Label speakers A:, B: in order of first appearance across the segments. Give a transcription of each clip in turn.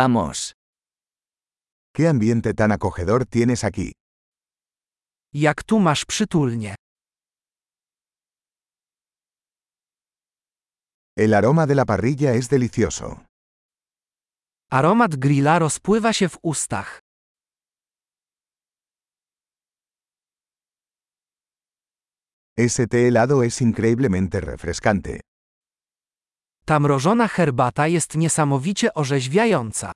A: Vamos.
B: ¿Qué ambiente tan acogedor tienes aquí?
C: Jak tu masz przytulnie.
B: El aroma de la parrilla es delicioso.
C: Aromat grilla rozpływa się w ustach.
B: Ese té helado es increíblemente refrescante.
C: Ta mrożona herbata jest niesamowicie orzeźwiająca.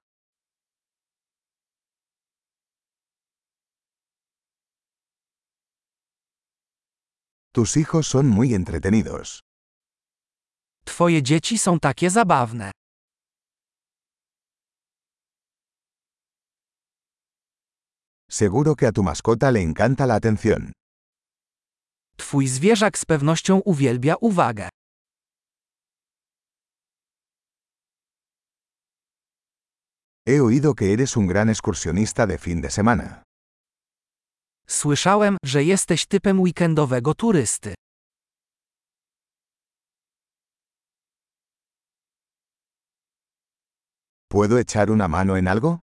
B: Tus hijos son muy entretenidos.
C: Twoje dzieci są takie zabawne.
B: Seguro que a tu mascota le encanta la atención.
C: Twój zwierzak z pewnością uwielbia uwagę.
B: He oído que eres un gran excursionista de fin de semana.
C: Słyszałem, że jesteś typem weekendowego turysty.
B: ¿Puedo echar una mano en algo?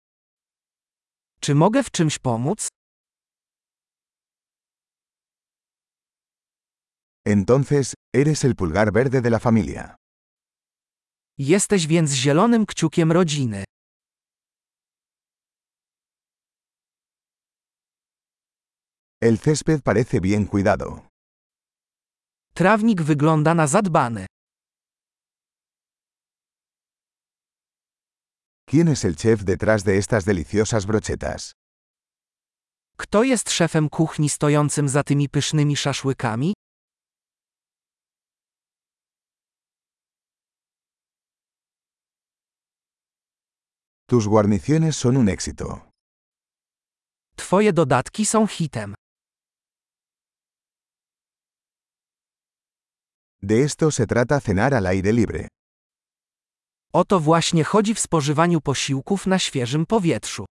C: Czy mogę w czymś pomóc?
B: Entonces, eres el pulgar verde de la familia.
C: Jesteś więc zielonym kciukiem rodziny.
B: El césped parece bien cuidado.
C: Trawnik wygląda na zadbany.
B: ¿Quién es el chef detrás de estas deliciosas brochetas?
C: Kto jest szefem kuchni stojącym za tymi pysznymi szaszłykami?
B: Tus guarniciones son un éxito.
C: Twoje dodatki są hitem.
B: De esto se trata cenar al aire libre.
C: O to właśnie chodzi w spożywaniu posiłków na świeżym powietrzu.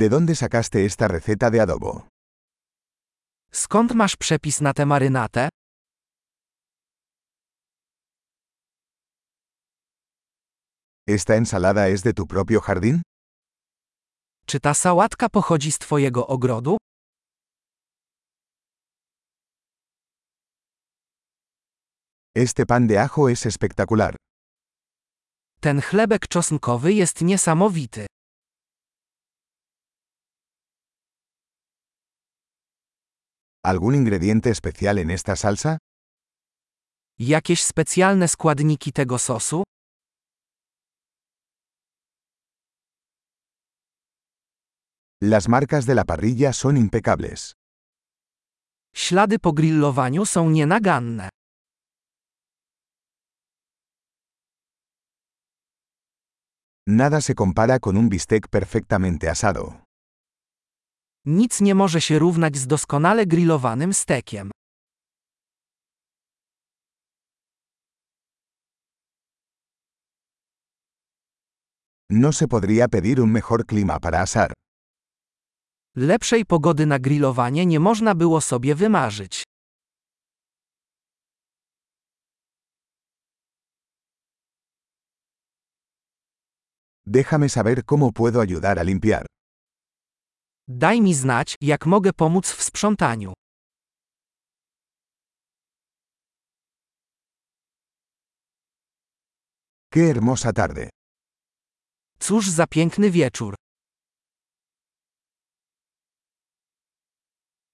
B: ¿De dónde sacaste esta receta de adobo?
C: Skąd masz przepis na tę marynatę?
B: ¿Esta ensalada es de tu propio jardín?
C: Czy ta sałatka pochodzi z Twojego ogrodu?
B: Este pan de ajo es espectacular.
C: Ten chlebek czosnkowy jest niesamowity.
B: ¿Algún ingrediente especial en esta salsa?
C: Jakieś specjalne składniki tego sosu?
B: Las marcas de la parrilla son impecables.
C: Ślady po grillowaniu są nienaganne.
B: Nada se compara con un bistec perfectamente asado.
C: Nic nie może się równać z doskonale grillowanym stekiem.
B: No se podría pedir un mejor clima para asar.
C: Lepszej pogody na grillowanie nie można było sobie wymarzyć.
B: Déjame saber cómo puedo ayudar a limpiar.
C: Daj mi znać, jak mogę pomóc w sprzątaniu.
B: ¡Qué hermosa tarde!
C: Cóż za piękny wieczór.